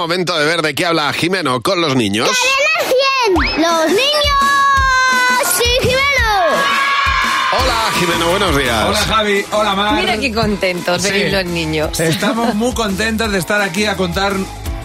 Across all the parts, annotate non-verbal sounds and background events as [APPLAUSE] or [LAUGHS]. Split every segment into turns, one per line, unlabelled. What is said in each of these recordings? Momento de ver de qué habla Jimeno con los niños.
¡Los niños! ¡Sí,
Hola Jimeno, buenos días.
Hola Javi, hola Mar.
Mira qué contentos
Sí.
venís los niños.
Estamos muy contentos de estar aquí a contar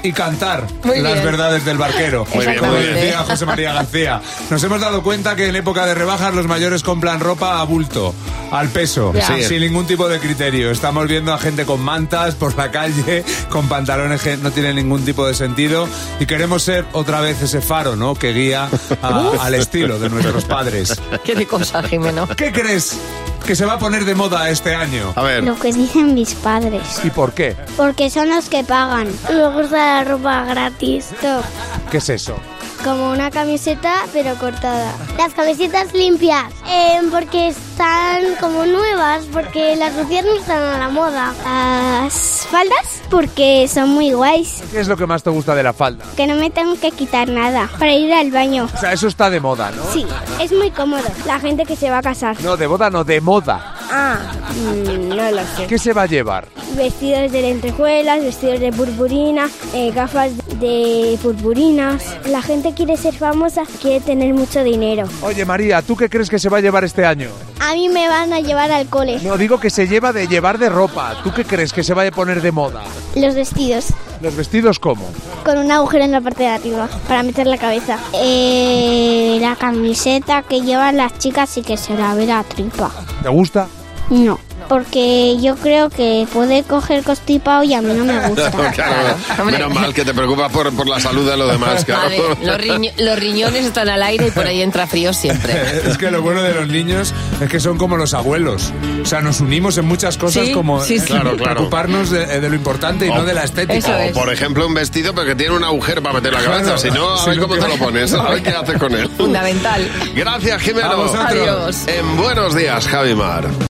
y cantar
Muy
las
bien.
verdades del barquero.
Muy bien,
como
muy bien.
decía José María García. Nos hemos dado cuenta que en época de rebajas los mayores compran ropa a bulto, al peso,
Ya.
Sí.
sin ningún tipo de criterio. Estamos viendo a gente con mantas por la calle, con pantalones que no tienen ningún tipo de sentido y queremos ser otra vez ese faro, ¿no? Que guía a- al estilo de nuestros padres.
Qué de cosa, Jimeno.
¿Qué crees que se va a poner de moda este año?
A ver,
Lo que dicen mis padres.
¿Y por qué?
Porque son los que pagan. Me gusta la ropa gratis.
¿Qué es eso?
Como una camiseta, pero cortada. Las camisetas limpias. Eh, porque están como nuevas, porque las sucias no están a la moda. Las faldas, porque son muy guays.
¿Qué es lo que más te gusta de la falda?
Que no me tengo que quitar nada para ir al baño.
O sea, eso está de moda, ¿no?
Sí, es muy cómodo. La gente que se va a casar.
No, de moda no, de moda.
Ah, no lo sé.
¿Qué se va a llevar?
Vestidos de lentejuelas, vestidos de purpurina, eh, gafas de purpurinas. La gente quiere ser famosa, quiere tener mucho dinero.
Oye, María, ¿tú qué crees que se va a llevar este año?
A mí me van a llevar al cole.
No, digo que se lleva de llevar de ropa. ¿Tú qué crees que se va a poner de moda?
Los vestidos,
¿Los vestidos cómo?
con un agujero en la parte de arriba, para meter la cabeza. Eh, la camiseta que llevan las chicas y que se la ve la tripa.
¿Te gusta?
No, porque yo creo que puede coger constipado y a mí no me
[LAUGHS]
gusta.
[LAUGHS] claro,
[LAUGHS] hombre.
menos mal que te preocupas por, por la salud de los demás,
A
claro.
ver, los, riñ- los riñones están al aire y por ahí entra
[LAUGHS]
frío siempre.
[LAUGHS] Es que lo bueno de los niños es que son como los abuelos. O sea, nos unimos en muchas cosas
Sí,
como eh,
sí, sí.
Claro, claro.
preocuparnos de, de lo importante y
Oh.
no de la estética.
Eso
O
es.
por ejemplo un vestido pero que tiene un agujero para meter la
Claro.
cabeza, si no, a
Si
ver
no,
cómo
¿qué-
te lo pones, a ver qué haces con él.
Fundamental.
Gracias Jimeno.
A vosotros.
Adiós.
En Buenos Días, Javi Mar.